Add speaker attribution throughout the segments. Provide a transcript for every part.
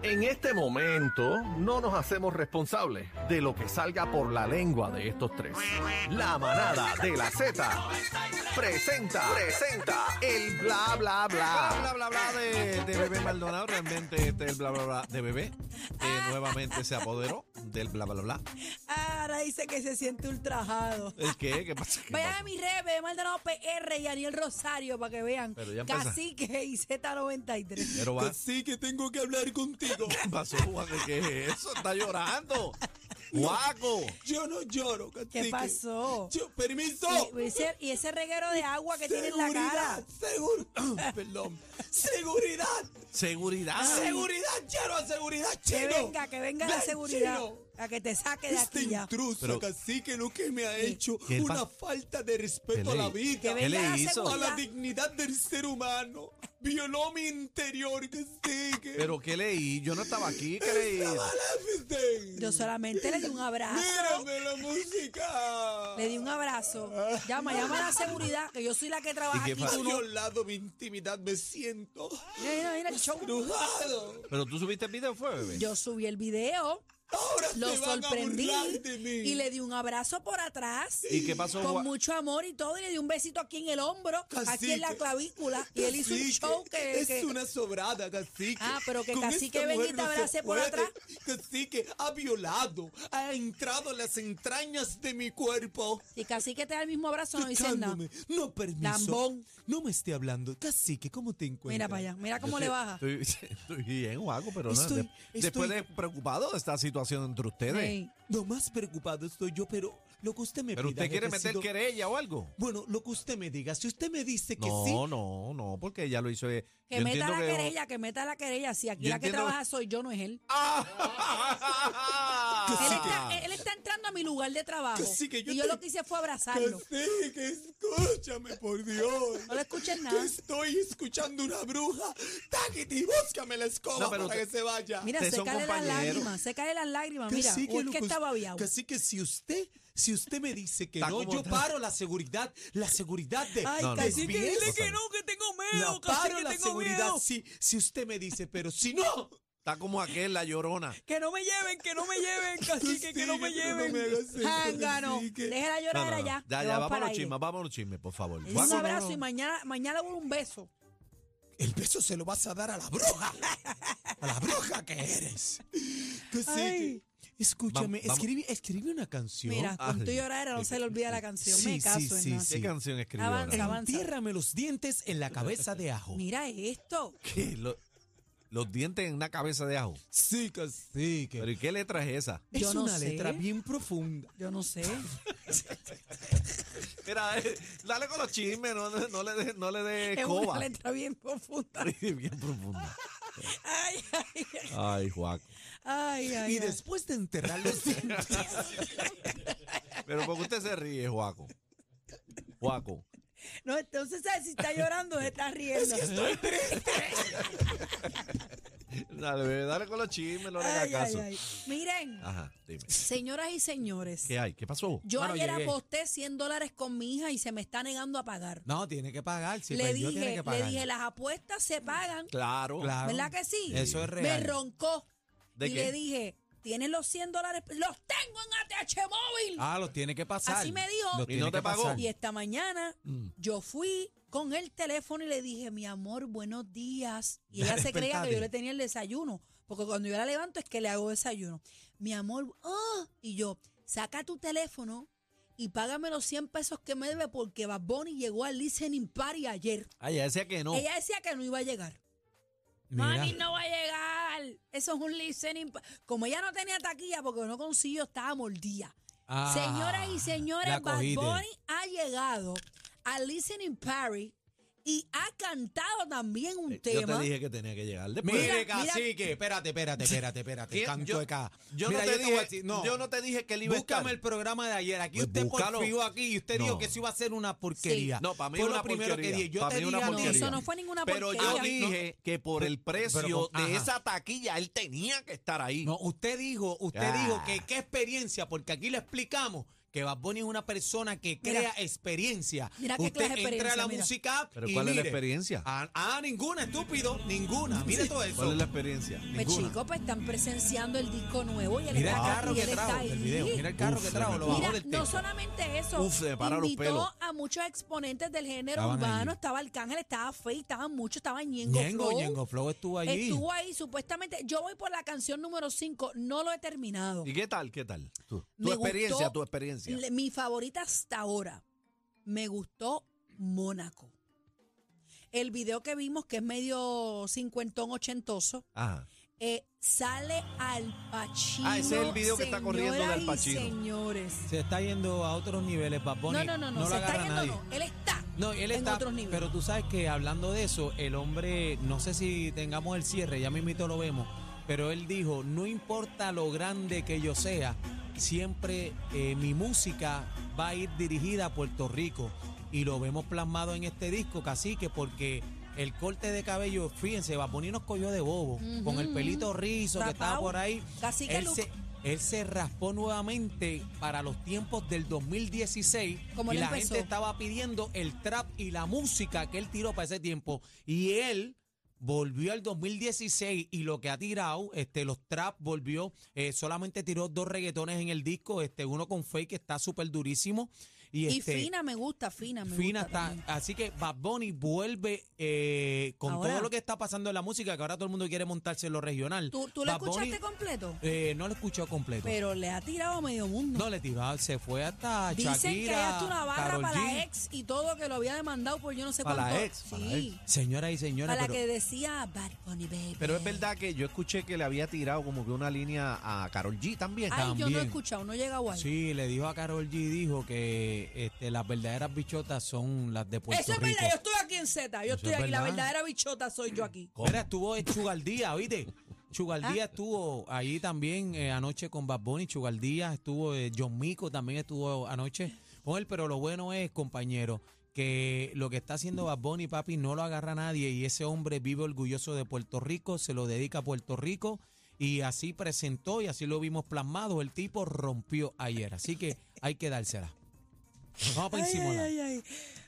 Speaker 1: En este momento no nos hacemos responsables de lo que salga por la lengua de estos tres. La manada de la Z presenta, presenta el bla bla bla.
Speaker 2: bla bla bla de, de bebé Maldonado. Realmente este es el bla bla bla de bebé.
Speaker 3: Ah.
Speaker 2: Que nuevamente se apoderó del bla bla bla.
Speaker 3: Ahora dice que se siente ultrajado.
Speaker 2: ¿El qué? ¿Qué pasa? ¿Qué
Speaker 3: Vayan a
Speaker 2: pasa?
Speaker 3: mi red, bebé Maldonado PR y Ariel Rosario para que vean.
Speaker 2: Pero ya empezó.
Speaker 3: Cacique y Z93.
Speaker 2: Pero va. Sí que tengo que hablar contigo. ¿Qué pasó, Juan? ¿Qué es eso? Está llorando. Guaco.
Speaker 4: Yo no lloro, Cacique.
Speaker 3: ¿Qué pasó?
Speaker 4: Yo, permiso.
Speaker 3: Y ese, y ese reguero de agua que tiene en la cara.
Speaker 4: Seguridad. segur- Perdón. Seguridad.
Speaker 2: Seguridad.
Speaker 4: Seguridad. Quiero a seguridad,
Speaker 3: Que
Speaker 4: chino.
Speaker 3: venga, que venga la
Speaker 4: Ven,
Speaker 3: seguridad.
Speaker 4: chino.
Speaker 3: A que te saque de
Speaker 4: Este
Speaker 3: aquí ya.
Speaker 4: intruso,
Speaker 2: Pero-
Speaker 4: Cacique, lo que me ha hecho.
Speaker 2: ¿Qué le
Speaker 4: Una
Speaker 2: pasa?
Speaker 4: falta de
Speaker 2: ¿Qué
Speaker 4: respeto
Speaker 2: le-
Speaker 4: a la
Speaker 3: Que
Speaker 4: vida.
Speaker 2: ¿Qué
Speaker 3: venga
Speaker 2: le
Speaker 3: la
Speaker 2: hizo?
Speaker 4: A la
Speaker 3: seguridad.
Speaker 4: dignidad del ser humano. Violó mi interior, Cacique.
Speaker 2: ¿Pero qué leí? Yo no estaba aquí. ¿Qué leí?
Speaker 4: Maléfica.
Speaker 3: Yo solamente le di un abrazo.
Speaker 4: Mírame la música.
Speaker 3: Le di un abrazo. Llama, llama a la seguridad, que yo soy la que trabaja
Speaker 2: qué
Speaker 3: aquí.
Speaker 2: pasó?
Speaker 3: Tú no.
Speaker 4: Violado mi intimidad, me siento
Speaker 3: Mira, mira, mira el show.
Speaker 4: brujado.
Speaker 2: ¿Pero tú subiste el video fue, bebé?
Speaker 3: Yo subí el video.
Speaker 4: Ahora
Speaker 3: lo
Speaker 4: se van
Speaker 3: sorprendí
Speaker 4: a burlar de mí.
Speaker 3: y le di un abrazo por atrás.
Speaker 2: ¿Y qué pasó,
Speaker 3: Con
Speaker 2: Gua-
Speaker 3: mucho amor y todo, y le di un besito aquí en el hombro, aquí en la
Speaker 4: Cacique.
Speaker 3: clavícula, y él hizo un
Speaker 4: Cacique,
Speaker 3: show que...
Speaker 4: Es
Speaker 3: que-
Speaker 4: una sobrada, cacique.
Speaker 3: Ah, pero que
Speaker 4: Con
Speaker 3: Cacique
Speaker 4: esta
Speaker 3: venga y
Speaker 4: mujer
Speaker 3: te
Speaker 4: no se
Speaker 3: abrace por
Speaker 4: puede.
Speaker 3: atrás.
Speaker 4: Cacique ha violado, ha entrado en las entrañas de mi cuerpo.
Speaker 3: Y casi que te da el mismo abrazo, no dices nada.
Speaker 4: Tocándome. No, permiso.
Speaker 3: Lambón.
Speaker 4: No me esté hablando. Cacique, ¿cómo te encuentras?
Speaker 3: Mira para allá, mira cómo
Speaker 2: Yo
Speaker 3: le
Speaker 2: estoy- Estoy,
Speaker 3: baja.
Speaker 2: estoy bien, Guaco, pero no,
Speaker 4: Estoy-
Speaker 2: de- después de
Speaker 4: estoy-
Speaker 2: preocupado de esta situación entre ustedes.
Speaker 3: Ey.
Speaker 4: Lo más preocupado estoy yo, pero lo que usted me
Speaker 2: ¿Pero
Speaker 4: pida,
Speaker 2: usted quiere meter
Speaker 4: Jefecito-
Speaker 2: querella o algo?
Speaker 4: Bueno, lo que usted me diga, si usted me dice que
Speaker 2: No,
Speaker 4: sí,
Speaker 2: no, no, porque ella lo hizo. eh,
Speaker 3: Que
Speaker 2: yo
Speaker 3: meta
Speaker 2: entiendo
Speaker 3: la
Speaker 2: que-
Speaker 3: querella, que meta la querella. Si aquí
Speaker 2: Yo
Speaker 3: la que
Speaker 2: entiendo-
Speaker 3: trabaja soy yo, no es él.
Speaker 2: Ah.
Speaker 3: Él está, eh, él está entrando a mi lugar de trabajo.
Speaker 4: Cacique, yo
Speaker 3: y yo
Speaker 4: te-
Speaker 3: lo que hice fue abrazarlo.
Speaker 4: Cacique, escúchame, por Dios.
Speaker 3: No le escuches nada.
Speaker 4: Que estoy escuchando una bruja. Táquete y búscame la escoba
Speaker 2: No, pero
Speaker 4: para
Speaker 2: usted-
Speaker 4: que se vaya.
Speaker 3: Mira,
Speaker 2: Ustedes son
Speaker 3: sécale las
Speaker 2: compañeros.
Speaker 3: lágrimas, sécale las lágrimas. Mira,
Speaker 4: Cacique,
Speaker 3: o es
Speaker 4: lo
Speaker 3: que
Speaker 4: us-
Speaker 3: estaba babiado.
Speaker 4: Cacique, si usted, si usted me dice que
Speaker 2: Está
Speaker 4: no,
Speaker 2: como
Speaker 4: yo
Speaker 2: está.
Speaker 4: paro la seguridad, la seguridad de...
Speaker 3: Ay,
Speaker 2: No, no,
Speaker 3: casi
Speaker 4: no.
Speaker 3: que dile
Speaker 4: Bien.
Speaker 3: que no, que tengo miedo,
Speaker 4: la
Speaker 3: casi
Speaker 4: paro
Speaker 3: que
Speaker 4: la
Speaker 3: tengo
Speaker 4: seguridad,
Speaker 3: miedo.
Speaker 4: si, si usted me dice, pero si no...
Speaker 2: Está como aquel, la llorona.
Speaker 3: Que no me lleven, que no me lleven, casi que, que no me
Speaker 4: Cacique, pero no
Speaker 3: lleven.
Speaker 4: me hagas eso,
Speaker 3: Jángano,
Speaker 4: cacique.
Speaker 3: déjela
Speaker 2: No,
Speaker 3: llorar
Speaker 2: no, no.
Speaker 3: allá.
Speaker 2: Ya,
Speaker 3: que
Speaker 2: ya,
Speaker 3: vamos
Speaker 2: vamos
Speaker 3: para
Speaker 2: a los
Speaker 3: ahí.
Speaker 2: chismes, vamos a los chismes, por favor.
Speaker 3: Le doy Un
Speaker 2: Guaco,
Speaker 3: abrazo
Speaker 2: no, no.
Speaker 3: y mañana, mañana voy a un beso.
Speaker 4: El beso se lo vas a dar a la bruja. A la bruja que eres. Cacique,
Speaker 3: Ay.
Speaker 4: escúchame,
Speaker 2: Vam- vamos.
Speaker 4: escribe, escribe una canción.
Speaker 3: Mira, con
Speaker 2: Ay.
Speaker 3: tu lloradera no se le olvida la canción.
Speaker 4: Sí,
Speaker 3: me
Speaker 4: sí,
Speaker 3: caso en
Speaker 4: sí,
Speaker 3: nada.
Speaker 4: sí.
Speaker 2: ¿Qué canción escribió?
Speaker 3: Avanza,
Speaker 2: ahora?
Speaker 3: avanza.
Speaker 4: Entiérrame los dientes en la cabeza de ajo.
Speaker 3: Mira esto.
Speaker 2: ¿Qué? Lo- los dientes en una cabeza de ajo.
Speaker 4: Sí, cacique.
Speaker 2: ¿Pero y qué letra es esa?
Speaker 4: Es
Speaker 3: Yo no
Speaker 4: una
Speaker 3: sé.
Speaker 4: letra bien profunda.
Speaker 3: Yo no sé.
Speaker 2: Mira, eh, dale con los chismes, no, no- no le dé no le dé
Speaker 3: Es una
Speaker 2: escoba.
Speaker 3: letra bien profunda.
Speaker 2: Bien profunda.
Speaker 3: Ay, ay, ay,
Speaker 2: Ay, Juaco.
Speaker 3: ay. ay.
Speaker 4: Y después de enterrar los dientes.
Speaker 2: Pero porque usted se ríe, Juaco. Juaco.
Speaker 3: No, entonces, ¿sabes? si está llorando, se está riendo.
Speaker 2: Dale, bebé, dale con los chismes, no le
Speaker 3: Ay,
Speaker 2: hagas
Speaker 3: ay,
Speaker 2: caso.
Speaker 3: ay. Miren,
Speaker 2: Ajá, dime.
Speaker 3: señoras y señores.
Speaker 2: ¿Qué hay? ¿Qué pasó?
Speaker 3: Yo
Speaker 4: Bueno,
Speaker 3: ayer
Speaker 4: llegué.
Speaker 3: aposté 100 dólares con mi hija y se me está negando a pagar.
Speaker 4: No, tiene que pagar. Si
Speaker 3: le,
Speaker 4: perdió, pues, tiene
Speaker 3: dije,
Speaker 4: que
Speaker 3: le
Speaker 4: pagar.
Speaker 3: dije, las apuestas se pagan.
Speaker 2: Claro.
Speaker 4: Claro.
Speaker 3: ¿Verdad que sí?
Speaker 4: Eso es
Speaker 3: Me
Speaker 4: real.
Speaker 3: roncó.
Speaker 2: ¿De
Speaker 3: y
Speaker 2: qué?
Speaker 3: le dije, ¿tienes los 100 dólares? Los tengo en ATH móvil.
Speaker 4: Ah, los tiene que pasar.
Speaker 3: Así me dijo.
Speaker 4: Los
Speaker 3: Y
Speaker 4: tiene
Speaker 2: no te
Speaker 4: que
Speaker 2: pagó.
Speaker 4: pasar.
Speaker 3: Y esta mañana
Speaker 4: Ah. Mm.
Speaker 3: yo fui con el teléfono y le dije, mi amor, buenos días. Y ella se creía que yo le tenía el desayuno, porque cuando yo la levanto es que le hago desayuno. Mi amor, ah, y yo, saca tu teléfono y págame los 100 pesos que me debe porque Bad Bunny llegó al listening party ayer.
Speaker 2: Ah, ella decía que no.
Speaker 3: Ella decía que no iba a llegar.
Speaker 4: Mira.
Speaker 3: Eh, Mami, no va a llegar. Eso es un listening. pa- Como ella no tenía taquilla porque no consiguió, estaba mordida.
Speaker 4: Ah,
Speaker 3: Señoras y
Speaker 4: la
Speaker 3: señores, Bad
Speaker 4: cogiste.
Speaker 3: Bunny ha llegado al Listening Party y ha cantado también un
Speaker 4: Eh,
Speaker 2: Yo
Speaker 3: tema.
Speaker 2: te dije que tenía que llegar. Después,
Speaker 4: Mire,
Speaker 3: mira.
Speaker 4: cacique, espérate, espérate, espérate, espérate.
Speaker 2: ¿Quién?
Speaker 4: Canto de ca.
Speaker 2: yo,
Speaker 4: Mira,
Speaker 2: no te
Speaker 4: te voy a
Speaker 2: dije,
Speaker 4: decir-
Speaker 2: yo no te dije que él iba a
Speaker 4: Búscame
Speaker 2: estar.
Speaker 4: el programa de ayer. Aquí
Speaker 2: Pues
Speaker 4: usted
Speaker 2: búscalo.
Speaker 4: porfió aquí y usted dijo
Speaker 2: No.
Speaker 4: que eso iba a ser una porquería.
Speaker 2: No, para mí
Speaker 4: fue
Speaker 2: una
Speaker 4: lo primero
Speaker 2: porquería.
Speaker 4: que dije. Yo
Speaker 2: Pa'
Speaker 4: te
Speaker 2: mí una
Speaker 4: dije a ti-
Speaker 3: no,
Speaker 2: porquería.
Speaker 3: eso no fue ninguna
Speaker 2: Pero
Speaker 3: porquería.
Speaker 2: yo dije que por el precio
Speaker 4: pero con-
Speaker 2: de
Speaker 4: ajá.
Speaker 2: esa taquilla él tenía que estar ahí.
Speaker 4: No, usted dijo, usted
Speaker 2: Ah.
Speaker 4: dijo que qué experiencia, porque aquí le explicamos que Bad Bunny es una persona que
Speaker 3: Mira.
Speaker 4: crea experiencia.
Speaker 3: Mira qué
Speaker 4: usted
Speaker 3: clase de
Speaker 4: entra a la
Speaker 3: experiencia, mira.
Speaker 4: música app
Speaker 2: Pero
Speaker 4: y
Speaker 2: ¿cuál es la
Speaker 4: mire.
Speaker 2: experiencia?
Speaker 4: Ah, ah, ninguna, estúpido, ninguna. Mire todo eso.
Speaker 2: ¿Cuál es la experiencia?
Speaker 3: Pues
Speaker 2: Ninguna.
Speaker 3: chicos, pues están presenciando el disco nuevo y él
Speaker 2: Ah,
Speaker 4: Mira el
Speaker 3: está,
Speaker 4: carro
Speaker 3: y
Speaker 4: que
Speaker 3: él está
Speaker 4: trajo
Speaker 3: ahí.
Speaker 4: del video. Mira el carro
Speaker 2: Uf,
Speaker 4: que trajo, lo
Speaker 2: tremendo.
Speaker 4: bajó
Speaker 3: Mira,
Speaker 4: del
Speaker 3: no
Speaker 4: techo.
Speaker 3: solamente eso,
Speaker 2: Uf, le pararon
Speaker 3: invitó
Speaker 2: pelo.
Speaker 3: a muchos exponentes del género
Speaker 4: Estaban
Speaker 3: urbano,
Speaker 4: allí.
Speaker 3: estaba Arcángel, estaba Faye, estaban muchos, estaba Ñengo,
Speaker 4: Ñengo,
Speaker 3: Flow.
Speaker 4: Ñengo Flow estuvo allí.
Speaker 3: Estuvo ahí, supuestamente. Yo voy por la canción número 5, no lo he terminado.
Speaker 2: ¿Y qué tal? ¿Qué tal? Tú. Tu
Speaker 3: Me
Speaker 2: experiencia,
Speaker 3: gustó
Speaker 2: tu experiencia.
Speaker 3: Le- Mi favorita hasta ahora. Me gustó Mónaco. El video que vimos, que es medio cincuentón ochentoso,
Speaker 2: Ajá.
Speaker 3: eh, sale Al Pacino.
Speaker 2: Ah, ese es el video que está corriendo de Al
Speaker 3: señoras y
Speaker 2: Pacino.
Speaker 3: señores.
Speaker 4: Se está yendo a otros niveles, Bad Bunny.
Speaker 3: No, no, no, no,
Speaker 4: lo
Speaker 3: se está
Speaker 4: agarra
Speaker 3: yendo,
Speaker 4: nadie.
Speaker 3: no. Él está.
Speaker 4: No, él
Speaker 3: en
Speaker 4: está.
Speaker 3: otros niveles.
Speaker 4: Pero tú sabes que hablando de eso, el hombre, no sé si tengamos el cierre, ya mismito lo vemos, pero él dijo: No importa lo grande que yo sea, siempre eh, mi música va a ir dirigida a Puerto Rico. Y lo vemos plasmado en este disco, cacique, porque el corte de cabello, fíjense, Baboni nos cogió de bobo,
Speaker 3: Ujú.
Speaker 4: con el pelito rizo que estaba
Speaker 3: Rapao.
Speaker 4: por ahí.
Speaker 3: Cacique
Speaker 4: él,
Speaker 3: Luke.
Speaker 4: se, él se raspó nuevamente para los tiempos del 2016
Speaker 3: Como
Speaker 4: y
Speaker 3: él
Speaker 4: la
Speaker 3: empezó.
Speaker 4: gente estaba pidiendo el trap y la música que él tiró para ese tiempo. Y él volvió al 2016 y lo que ha tirado, este, los trap volvió, eh, solamente tiró dos reggaetones en el disco, este, uno con Fake que está súper durísimo. Y,
Speaker 3: Y
Speaker 4: este,
Speaker 3: Fina me gusta, Fina me
Speaker 4: Fina
Speaker 3: gusta.
Speaker 4: está.
Speaker 3: también.
Speaker 4: Así que Bad Bunny vuelve eh, con
Speaker 3: Ahora.
Speaker 4: todo lo que está pasando en la música, que ahora todo el mundo quiere montarse en lo regional.
Speaker 3: ¿Tú, tú lo
Speaker 4: Bad Bunny,
Speaker 3: escuchaste completo?
Speaker 4: eh, no lo escuchó completo.
Speaker 3: Pero le ha tirado a medio mundo.
Speaker 4: no le tiró, se fue hasta
Speaker 3: Dicen que hay
Speaker 4: Shakira,
Speaker 3: hasta una barra
Speaker 4: Karol
Speaker 3: para
Speaker 4: G.
Speaker 3: la ex y todo que lo había demandado por yo no sé
Speaker 2: Para la
Speaker 3: cuánto.
Speaker 2: ex,
Speaker 3: sí.
Speaker 2: para la ex.
Speaker 4: Señoras y señores,
Speaker 3: Para la
Speaker 4: pero-
Speaker 3: que decía Bad Bunny Baby.
Speaker 2: Pero es verdad que yo escuché que le había tirado como que una línea a Carol G también.
Speaker 3: Ay, yo no he
Speaker 4: también.
Speaker 3: escuchado, no he llegado ahí.
Speaker 4: Sí, le dijo a Carol G, dijo que este, las verdaderas bichotas son las de Puerto
Speaker 3: Eso es
Speaker 4: Rico.
Speaker 3: verdad, yo estoy aquí en Z, yo
Speaker 4: Eso
Speaker 3: estoy
Speaker 4: es
Speaker 3: aquí, la
Speaker 4: verdad.
Speaker 3: verdadera bichota soy yo aquí.
Speaker 4: Mira, estuvo en Chugaldía, ¿viste?
Speaker 3: Ah.
Speaker 4: Chugaldía estuvo ahí también eh, anoche con Bad Bunny, Chugaldía estuvo, eh, John Mico también estuvo anoche con él, pero lo bueno es, compañero, que lo que está haciendo Bad Bunny, papi, no lo agarra nadie y ese hombre vive orgulloso de Puerto Rico, se lo dedica a Puerto Rico y así presentó y así lo vimos plasmado, el tipo rompió ayer, así que hay que dársela. Vamos para
Speaker 3: Ay,
Speaker 4: encima.
Speaker 3: ay, ay,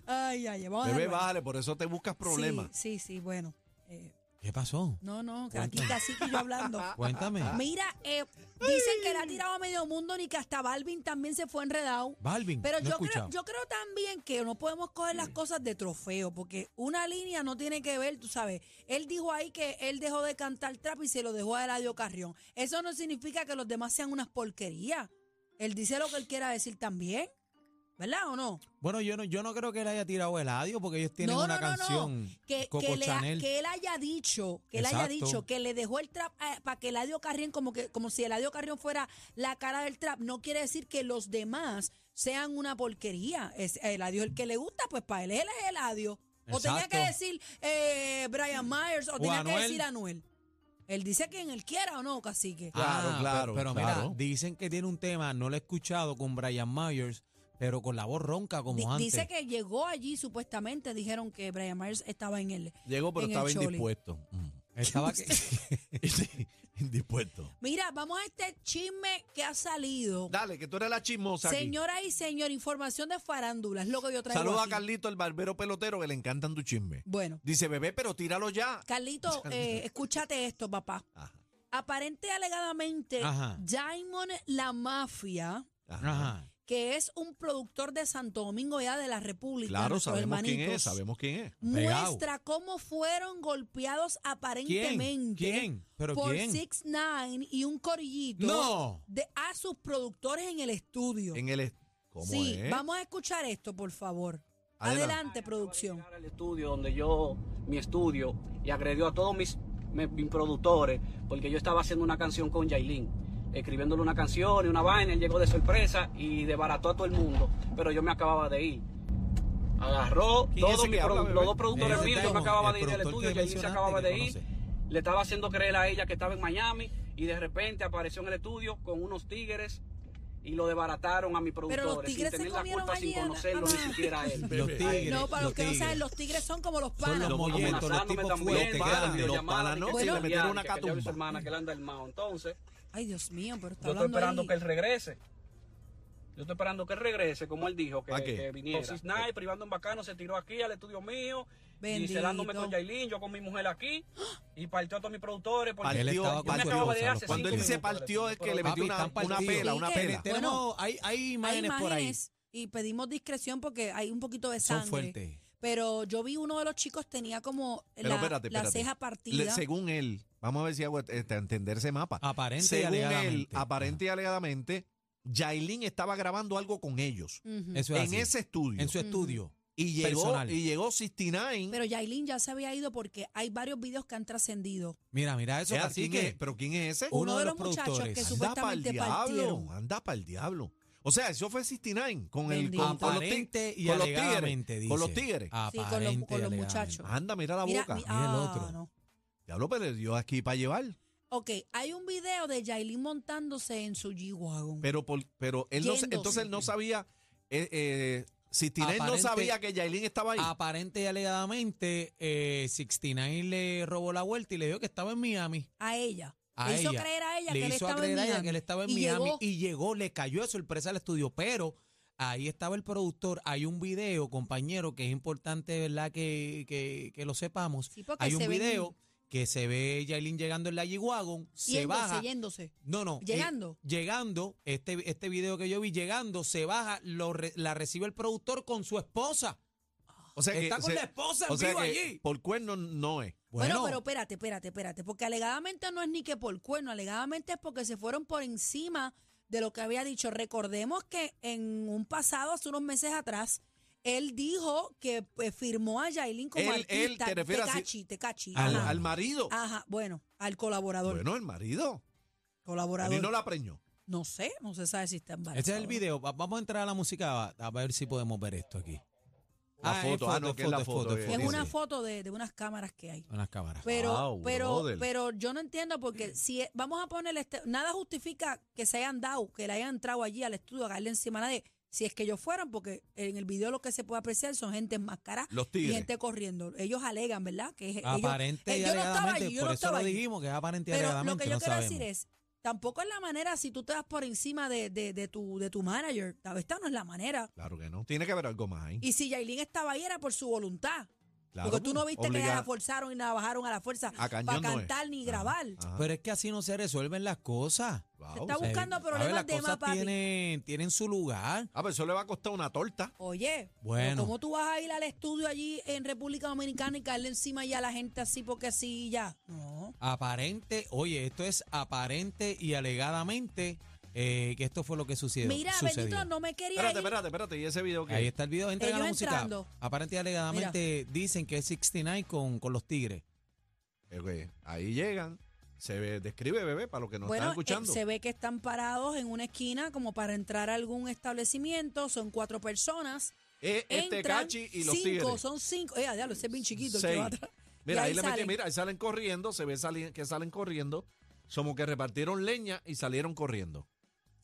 Speaker 3: ay, ay, ay, vamos a
Speaker 2: Bebé,
Speaker 3: dejarlo ahí.
Speaker 2: bájale, por eso te buscas problemas.
Speaker 3: Sí, sí, sí, bueno. eh,
Speaker 4: ¿Qué pasó?
Speaker 3: no, no, que aquí casi que yo hablando.
Speaker 4: Cuéntame.
Speaker 3: Mira, eh, dicen que le ha tirado a medio mundo ni que hasta Balvin también se fue enredado.
Speaker 4: Balvin,
Speaker 3: Pero
Speaker 4: no he
Speaker 3: yo,
Speaker 4: escuchado.
Speaker 3: creo, yo creo también que no podemos coger las cosas de trofeo, porque una línea no tiene que ver, tú sabes. Él dijo ahí que él dejó de cantar trap y se lo dejó a Eladio Carrión. Eso no significa que los demás sean unas porquerías. Él dice lo que él quiera decir también, ¿verdad o no?
Speaker 4: Bueno, yo no, yo no creo que él haya tirado el adiós porque ellos tienen
Speaker 3: no, no,
Speaker 4: una
Speaker 3: no, no.
Speaker 4: canción.
Speaker 3: Que,
Speaker 4: Coco
Speaker 3: que le ha-
Speaker 4: Chanel.
Speaker 3: que él haya dicho, que él haya
Speaker 4: Exacto.
Speaker 3: dicho que le dejó el trap para que Eladio Carrión, como que, como si Eladio Carrión fuera la cara del trap, no quiere decir que los demás sean una porquería. Es Eladio el que le gusta, pues para él, él es Eladio. O tenía
Speaker 4: Exacto.
Speaker 3: que decir eh, Brian Myers, o,
Speaker 4: O
Speaker 3: tenía que
Speaker 4: Anuel.
Speaker 3: decir Anuel. Él dice que en él quiera o no, cacique.
Speaker 2: Claro,
Speaker 4: Ah,
Speaker 2: claro,
Speaker 4: Pero, pero
Speaker 2: claro.
Speaker 4: mira, dicen que tiene un tema, no lo he escuchado con Brian Myers, pero con la voz ronca como
Speaker 3: Di-
Speaker 4: antes.
Speaker 3: dice que llegó allí, supuestamente, dijeron que Brian Myers estaba en él.
Speaker 2: Llegó, pero
Speaker 3: En el
Speaker 2: estaba
Speaker 3: chole.
Speaker 2: indispuesto. Mm.
Speaker 4: Estaba que-
Speaker 2: Sí, indispuesto.
Speaker 3: Mira, vamos a este chisme que ha salido.
Speaker 2: Dale, que tú eres la chismosa. aquí.
Speaker 3: Señora y señor, información de farándulas, lo que yo traigo.
Speaker 2: Saluda a
Speaker 3: aquí.
Speaker 2: Carlito, el barbero pelotero, que le encantan tu chisme.
Speaker 3: Bueno,
Speaker 2: Dice, bebé, pero tíralo ya.
Speaker 3: Carlito, eh, escúchate esto, papá.
Speaker 2: Ajá,
Speaker 3: Aparente y alegadamente,
Speaker 4: Ajá.
Speaker 3: Diamond La Mafia,
Speaker 4: Ajá.
Speaker 3: que es un productor de Santo Domingo ya de la República,
Speaker 2: Claro,
Speaker 3: nuestros
Speaker 2: sabemos quién es,
Speaker 3: hermanitos,
Speaker 2: sabemos quién es.
Speaker 4: Pegao.
Speaker 3: muestra cómo fueron golpeados
Speaker 4: ¿Quién?
Speaker 3: aparentemente
Speaker 4: ¿Quién? ¿Pero
Speaker 3: por
Speaker 4: quién?
Speaker 3: Six Nine y un corillito
Speaker 4: No.
Speaker 3: de, a sus productores en el estudio.
Speaker 2: En el... est- ¿Cómo
Speaker 3: sí,
Speaker 2: es?
Speaker 3: vamos a escuchar esto, por favor.
Speaker 2: Adelante.
Speaker 3: Adelante producción.
Speaker 5: Al estudio donde yo, mi estudio, y agredió a todos mis, me- mis productores, porque yo estaba haciendo una canción con Yailin, escribiéndole una canción y una vaina, él llegó de sorpresa y desbarató a todo el mundo, pero yo me acababa de ir. Agarró
Speaker 2: ¿Quién es
Speaker 5: todos
Speaker 2: ese
Speaker 5: mis
Speaker 2: que habla,
Speaker 5: produ-
Speaker 2: bebé?
Speaker 5: los dos productores
Speaker 4: Ese
Speaker 5: míos, yo
Speaker 4: Temo,
Speaker 5: me acababa
Speaker 4: el
Speaker 5: de ir del
Speaker 4: productor
Speaker 5: estudio,
Speaker 4: que
Speaker 5: Yailin se acababa de ir,
Speaker 4: mencionaste, que
Speaker 5: le estaba haciendo creer a ella que estaba en Miami y de repente apareció en el estudio con unos tigres y lo desbarataron a mi productor
Speaker 3: los tigres se
Speaker 5: sin tener la
Speaker 3: comieron
Speaker 5: culpa, sin
Speaker 3: mañana,
Speaker 5: conocerlo ni
Speaker 3: mamá.
Speaker 5: siquiera a él.
Speaker 4: Los tigres.
Speaker 3: No, para los, que no
Speaker 4: tigres.
Speaker 3: saben, los tigres son como los
Speaker 4: Son
Speaker 3: panas.
Speaker 4: los molletos, los
Speaker 5: amenazándome
Speaker 4: tipos
Speaker 5: también,
Speaker 4: fuertes,
Speaker 2: los
Speaker 5: para
Speaker 2: panas,
Speaker 4: grandes.
Speaker 2: los
Speaker 5: videollamadas,
Speaker 2: panas,
Speaker 5: de
Speaker 2: ¿no?
Speaker 5: que
Speaker 3: Sí, le
Speaker 5: ella-
Speaker 2: metieron una
Speaker 5: que ella vio a su
Speaker 2: catumba.
Speaker 5: hermana que le anda el mao. Entonces,
Speaker 3: Ay, Dios mío, pero está
Speaker 5: yo estoy
Speaker 3: hablando
Speaker 5: esperando
Speaker 3: ahí.
Speaker 5: que él regrese. Yo estoy esperando que él regrese, como él dijo, que,
Speaker 2: ¿A qué?
Speaker 5: que viniera. Entonces, Snipe, privando en bacano, se tiró aquí al estudio mío.
Speaker 3: Bendito.
Speaker 5: Y celándome con Yailin, yo con mi mujer aquí. Y partió a todos mis productores. Porque
Speaker 4: Él
Speaker 2: Partió,
Speaker 4: estaba
Speaker 5: yo me acabo de ir
Speaker 4: Gonzalo,
Speaker 5: hace
Speaker 2: Cuando
Speaker 5: cinco
Speaker 2: él se
Speaker 5: minutos.
Speaker 2: partió es que le
Speaker 4: Papi,
Speaker 2: metió una,
Speaker 4: están
Speaker 2: una
Speaker 4: partidos.
Speaker 2: pela, una
Speaker 3: Sí, que-
Speaker 2: pela.
Speaker 3: Bueno,
Speaker 4: Tenemos, hay, hay
Speaker 3: Hay
Speaker 4: imágenes por ahí.
Speaker 3: imágenes y pedimos discreción porque hay un poquito de
Speaker 4: Son
Speaker 3: sangre.
Speaker 4: fuertes.
Speaker 3: Pero yo vi uno de los chicos tenía como
Speaker 2: Pero
Speaker 3: la,
Speaker 2: espérate,
Speaker 3: la
Speaker 2: espérate.
Speaker 3: ceja partida.
Speaker 2: Le- según él, vamos a ver si hago este, a entender ese mapa.
Speaker 4: Aparente y
Speaker 2: según él,
Speaker 4: alegadamente.
Speaker 2: aparente y alegadamente, Yailin estaba grabando algo con ellos
Speaker 3: Ujú.
Speaker 4: Eso es
Speaker 2: en
Speaker 4: así.
Speaker 2: ese estudio.
Speaker 4: En su estudio.
Speaker 2: y llegó
Speaker 4: personal.
Speaker 2: y llegó 69.
Speaker 3: Pero Yailin ya se había ido porque hay varios videos que han trascendido.
Speaker 4: Mira, mira eso, eh,
Speaker 2: Ea,
Speaker 4: así
Speaker 2: ¿quién es?
Speaker 4: que
Speaker 2: pero quién es ese?
Speaker 4: Uno
Speaker 3: Uno,
Speaker 4: de
Speaker 3: de los,
Speaker 4: los
Speaker 3: muchachos que
Speaker 4: productores.
Speaker 2: anda para el
Speaker 3: supuestamente partieron.
Speaker 2: diablo, anda para el diablo. O sea, eso fue 69 con el
Speaker 3: Bendito.
Speaker 2: con, con los tig-
Speaker 4: aparente y
Speaker 2: con los
Speaker 4: alegadamente,
Speaker 2: tigres,
Speaker 4: dice.
Speaker 2: con los tigres.
Speaker 4: Aparente
Speaker 3: con los-
Speaker 4: y
Speaker 3: con los
Speaker 4: alegadamente.
Speaker 3: muchachos.
Speaker 2: Anda, mira la
Speaker 3: Mira,
Speaker 2: boca.
Speaker 3: mi-
Speaker 4: mira el
Speaker 3: ah,
Speaker 4: otro.
Speaker 3: no.
Speaker 2: Diablo, pero dio aquí para llevar.
Speaker 3: Ok, hay un video de Yailin montándose en su G-Wagon.
Speaker 2: Pero por- pero él no, sa-
Speaker 3: Yéndose.
Speaker 2: entonces él no sabía eh, eh, 69
Speaker 4: Aparente- Ah,
Speaker 2: no sabía que Yailin estaba ahí.
Speaker 4: Aparente y alegadamente, eh, 69 le robó la vuelta y le dijo que estaba en Miami.
Speaker 3: A ella.
Speaker 4: A
Speaker 3: le hizo
Speaker 4: ella.
Speaker 3: creer a ella que
Speaker 4: le
Speaker 3: él
Speaker 4: hizo
Speaker 3: estaba
Speaker 4: a creer
Speaker 3: en
Speaker 4: a
Speaker 3: Miami.
Speaker 4: ella que él estaba en
Speaker 3: y
Speaker 4: Miami
Speaker 3: llegó-
Speaker 4: y llegó, le cayó de sorpresa al estudio, pero ahí estaba el productor, hay un video, compañero, que es importante, ¿verdad? Que, que, que lo sepamos.
Speaker 3: Sí, porque
Speaker 4: Hay
Speaker 3: se
Speaker 4: un
Speaker 3: ven
Speaker 4: video que se ve Yailin llegando en la G-Wagon, se
Speaker 3: yéndose,
Speaker 4: baja.
Speaker 3: yéndose.
Speaker 4: No, no. eh,
Speaker 3: Llegando.
Speaker 4: llegando, este, este video que yo vi, llegando, se baja, lo re- la recibe el productor con su esposa.
Speaker 2: O sea
Speaker 4: Está con la esposa en
Speaker 2: o sea
Speaker 4: vivo
Speaker 2: que
Speaker 4: allí.
Speaker 2: Por cuerno no es.
Speaker 3: Bueno, pero espérate, espérate, espérate, porque alegadamente no es ni que por cuerno, alegadamente es porque se fueron por encima de lo que había dicho. Recordemos que en un pasado, hace unos meses atrás, él dijo que pues, firmó a Yailin como
Speaker 2: Él- él,
Speaker 3: artista.
Speaker 2: te refieres a si-
Speaker 3: Tecachi, Tecachi.
Speaker 4: Al-
Speaker 2: Al,
Speaker 3: Ajá.
Speaker 2: al marido.
Speaker 3: Ajá, bueno, al colaborador.
Speaker 2: Bueno, el marido.
Speaker 3: colaborador.
Speaker 2: Y no la preñó.
Speaker 3: No sé, no se sabe si está embarazada.
Speaker 4: Ese es el video. Va- Vamos a entrar a la música a- a ver si podemos ver esto aquí.
Speaker 2: La
Speaker 4: Ah,
Speaker 2: foto.
Speaker 4: es
Speaker 2: Ah, no, que es la foto,
Speaker 3: Es Pues,
Speaker 2: Dice.
Speaker 3: una foto de, de unas cámaras que hay.
Speaker 4: Unas cámaras.
Speaker 3: Pero,
Speaker 2: Wow,
Speaker 3: pero,
Speaker 2: brother.
Speaker 3: pero yo no entiendo porque si e- vamos a ponerle este- nada justifica que se hayan dado, que le hayan entrado allí al estudio a caerle encima a nadie. Si es que ellos fueron, porque en el video lo que se puede apreciar son gente enmascarada
Speaker 2: Los
Speaker 3: y este-
Speaker 2: tigres.
Speaker 3: gente corriendo. Ellos alegan, ¿verdad? Que es- ellos-
Speaker 4: aparente
Speaker 3: eh,
Speaker 4: y
Speaker 3: yo no estaba
Speaker 4: alegadamente.
Speaker 3: allí, yo
Speaker 4: por
Speaker 3: no
Speaker 4: eso
Speaker 3: estaba
Speaker 4: lo
Speaker 3: allí.
Speaker 4: dijimos, que es aparente y
Speaker 3: Pero
Speaker 4: alegadamente.
Speaker 3: lo que yo
Speaker 4: no
Speaker 3: quiero
Speaker 4: sabemos.
Speaker 3: decir es, tampoco es la manera si tú te vas por encima de, de, de tu, de tu manager. Esta no es la manera.
Speaker 2: Claro que no. Tiene que haber algo más ahí.
Speaker 3: Y si Yailin estaba ahí era por su voluntad.
Speaker 2: Claro,
Speaker 3: porque tú no viste que
Speaker 2: obliga-
Speaker 3: la forzaron y la bajaron a la fuerza
Speaker 2: A
Speaker 3: para
Speaker 2: cañón no es. Ah,
Speaker 3: cantar ni
Speaker 2: Ajá,
Speaker 3: grabar.
Speaker 2: ajá.
Speaker 4: Ah. Pero es que así no se resuelven las cosas.
Speaker 2: Wow,
Speaker 3: Se está
Speaker 2: sí.
Speaker 3: buscando
Speaker 4: A ver,
Speaker 3: problemas
Speaker 4: las
Speaker 3: de más,
Speaker 4: cosas
Speaker 3: papi.
Speaker 4: tienen, tienen su lugar.
Speaker 2: Ah, pero eso le va a costar una torta.
Speaker 3: Oye,
Speaker 4: Bueno.
Speaker 3: pero ¿cómo tú vas a ir al estudio allí en República Dominicana y caerle encima ya a la gente así porque así y ya? No.
Speaker 4: Aparente, oye, esto es aparente y alegadamente eh, que esto fue lo que sucedió.
Speaker 3: Mira,
Speaker 4: sucedió.
Speaker 3: bendito, no me quería
Speaker 2: Espérate,
Speaker 3: ir.
Speaker 2: espérate, espérate. ¿Y ese video que
Speaker 4: Ahí está el video, entra a la
Speaker 3: Ellos
Speaker 4: música.
Speaker 3: entrando.
Speaker 4: Aparente y alegadamente dicen que es 69 con, con los tigres.
Speaker 2: Eh, Ahí llegan. Se ve- describe, bebé, para los que nos
Speaker 3: Bueno,
Speaker 2: están escuchando.
Speaker 3: eh, se ve que están parados en una esquina como para entrar a algún establecimiento. Son cuatro personas.
Speaker 2: Eh, este
Speaker 3: Entran
Speaker 2: cachi y los
Speaker 3: cinco,
Speaker 2: tigres.
Speaker 3: son cinco. Eh, diablo, ese es bien chiquito. el que
Speaker 2: Seis.
Speaker 3: va atrás.
Speaker 2: Mira,
Speaker 3: Y
Speaker 2: ahí,
Speaker 3: ahí
Speaker 2: le metí-
Speaker 3: salen.
Speaker 2: mira, ahí salen corriendo, se ve sali- que salen corriendo. Somos que repartieron leña y salieron corriendo.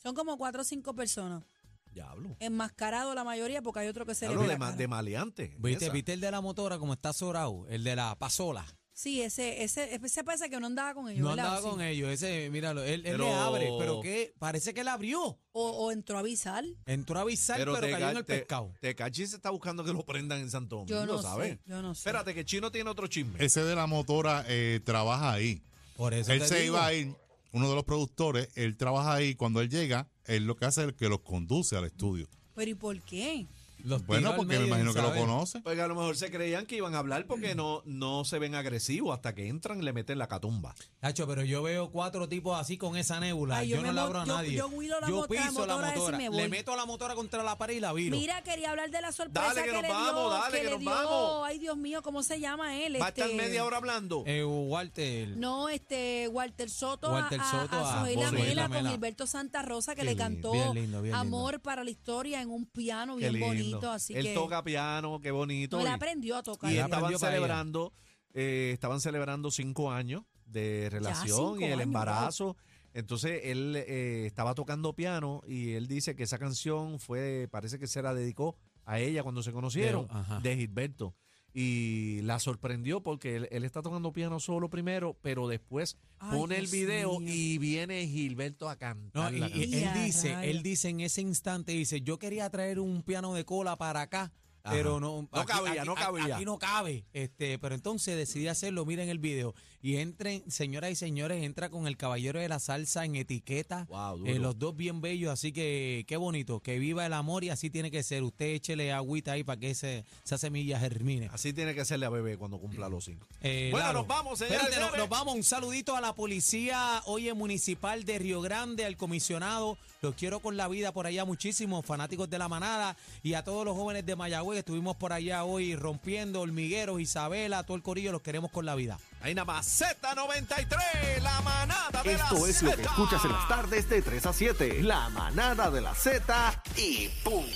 Speaker 3: Son como cuatro o cinco personas.
Speaker 2: Diablo.
Speaker 3: Enmascarado la mayoría porque hay otro que se le
Speaker 2: Hablo
Speaker 3: ve
Speaker 2: de,
Speaker 3: la
Speaker 2: ma-
Speaker 3: cara.
Speaker 2: de maleante.
Speaker 4: ¿Viste,
Speaker 2: esa.
Speaker 4: ¿Viste el de la motora como está zorado? El de la pasola.
Speaker 3: Sí, ese, ese, ese parece que no andaba con ellos.
Speaker 4: No
Speaker 3: ¿verdad?
Speaker 4: andaba
Speaker 3: Sí.
Speaker 4: con ellos, ese, míralo, él, él
Speaker 2: Pero-
Speaker 4: le abre, pero que parece que él abrió.
Speaker 3: O, o entró a avisar.
Speaker 4: Entró a avisar, pero,
Speaker 2: te
Speaker 4: cayó en el
Speaker 2: te-
Speaker 4: pescado.
Speaker 2: Tecachi se está buscando que lo prendan en Santo Domingo,
Speaker 3: Yo no
Speaker 2: ¿sabes?
Speaker 3: sé, yo no sé.
Speaker 2: Espérate, que Chino tiene otro chisme.
Speaker 6: Ese de la motora eh, trabaja ahí.
Speaker 4: Por eso
Speaker 6: Él
Speaker 4: te
Speaker 6: se
Speaker 4: digo.
Speaker 6: iba a ir, uno de los productores, él trabaja ahí. Cuando él llega, él lo que hace es que los conduce al estudio.
Speaker 3: Pero ¿y por qué?
Speaker 4: Los tiró
Speaker 6: Bueno,
Speaker 4: al
Speaker 6: porque me
Speaker 4: medio
Speaker 6: imagino
Speaker 4: sin
Speaker 6: que lo
Speaker 4: saber.
Speaker 6: conoce.
Speaker 2: Porque a lo mejor se creían que iban a hablar porque
Speaker 3: Mm.
Speaker 2: no, no se ven agresivos hasta que entran y le meten la catumba.
Speaker 4: Tacho, pero yo veo cuatro tipos así con esa nébula.
Speaker 3: Ay, yo
Speaker 4: yo,
Speaker 3: me
Speaker 4: no la
Speaker 3: mo-
Speaker 4: abro a
Speaker 3: yo-
Speaker 4: nadie.
Speaker 3: yo huilo la mot- la
Speaker 4: piso la
Speaker 3: motora esa y
Speaker 4: motora.
Speaker 3: me voy.
Speaker 4: Le meto a la motora contra la pared y la viro.
Speaker 3: Mira, quería hablar de la sorpresa
Speaker 2: Dale, que
Speaker 3: que,
Speaker 2: nos
Speaker 3: le dio,
Speaker 2: vamos, dale, que
Speaker 3: le
Speaker 2: nos
Speaker 3: dio.
Speaker 2: vamos.
Speaker 3: Ay, Dios mío, ¿cómo se llama él?
Speaker 2: Va a
Speaker 3: Este,
Speaker 2: estar media hora hablando.
Speaker 4: Eh, Walter.
Speaker 3: No, este Walter Soto,
Speaker 4: Walter
Speaker 3: a- a,
Speaker 4: Soto
Speaker 3: a
Speaker 4: a
Speaker 3: Zoila
Speaker 4: Zoila
Speaker 3: Mela con
Speaker 4: Mela.
Speaker 3: Gilberto Santa Rosa que
Speaker 2: Qué
Speaker 3: le
Speaker 2: lindo,
Speaker 3: cantó
Speaker 4: bien lindo, bien lindo.
Speaker 3: Amor para la historia en un piano
Speaker 2: Qué
Speaker 3: bien
Speaker 2: lindo,
Speaker 3: bonito, así
Speaker 2: él
Speaker 3: que-
Speaker 2: toca piano, qué bonito.
Speaker 3: No, él
Speaker 2: y-
Speaker 3: aprendió a tocar.
Speaker 2: Y
Speaker 4: Ahí
Speaker 2: estaban
Speaker 4: aprendió para ella.
Speaker 2: celebrando, eh, estaban celebrando cinco años de
Speaker 3: cinco
Speaker 2: relación y el
Speaker 3: años,
Speaker 2: embarazo. Entonces él eh, estaba tocando piano y él dice que esa canción fue, parece que se la dedicó a ella cuando se conocieron,
Speaker 4: Pero, ajá.
Speaker 2: de Gilberto. Y la sorprendió porque él, él está tocando piano solo primero, pero después
Speaker 3: Ay,
Speaker 2: pone el
Speaker 3: Dios
Speaker 2: video
Speaker 3: mío.
Speaker 2: y viene Gilberto a cantar.
Speaker 4: No, y,
Speaker 2: la
Speaker 4: y
Speaker 2: canción.
Speaker 3: Y a
Speaker 4: él dice,
Speaker 3: rayos.
Speaker 4: él dice en ese instante, dice, yo quería traer un piano de cola para acá, pero no,
Speaker 2: No cabía, no cabía.
Speaker 4: Aquí no cabe. Este, pero entonces decidí hacerlo, miren el video. Y entren, señoras y señores, entra con el caballero de la salsa en etiqueta.
Speaker 2: Wow, duro.
Speaker 4: Eh, los dos bien bellos, así que qué bonito, que viva el amor y así tiene que ser. Usted échele agüita ahí para que ese, esa semilla germine.
Speaker 2: Así tiene que hacerle a bebé cuando cumpla los cinco.
Speaker 4: Eh,
Speaker 2: Bueno,
Speaker 4: Lalo.
Speaker 2: nos vamos, señores,
Speaker 4: Espérate, no-
Speaker 2: señores.
Speaker 4: nos vamos. Un saludito a la policía, oye, municipal de Río Grande, al comisionado. Los quiero con la vida por allá muchísimos, fanáticos de la manada. Y a todos los jóvenes de Mayagüez, estuvimos por allá hoy rompiendo, hormigueros, Isabela, todo el corillo, los queremos con la vida.
Speaker 2: Ahí nada más, Z93, la manada de la
Speaker 1: Esto es lo que
Speaker 2: Zeta.
Speaker 1: escuchas en las tardes de 3 a 7. La manada de la Z y punto.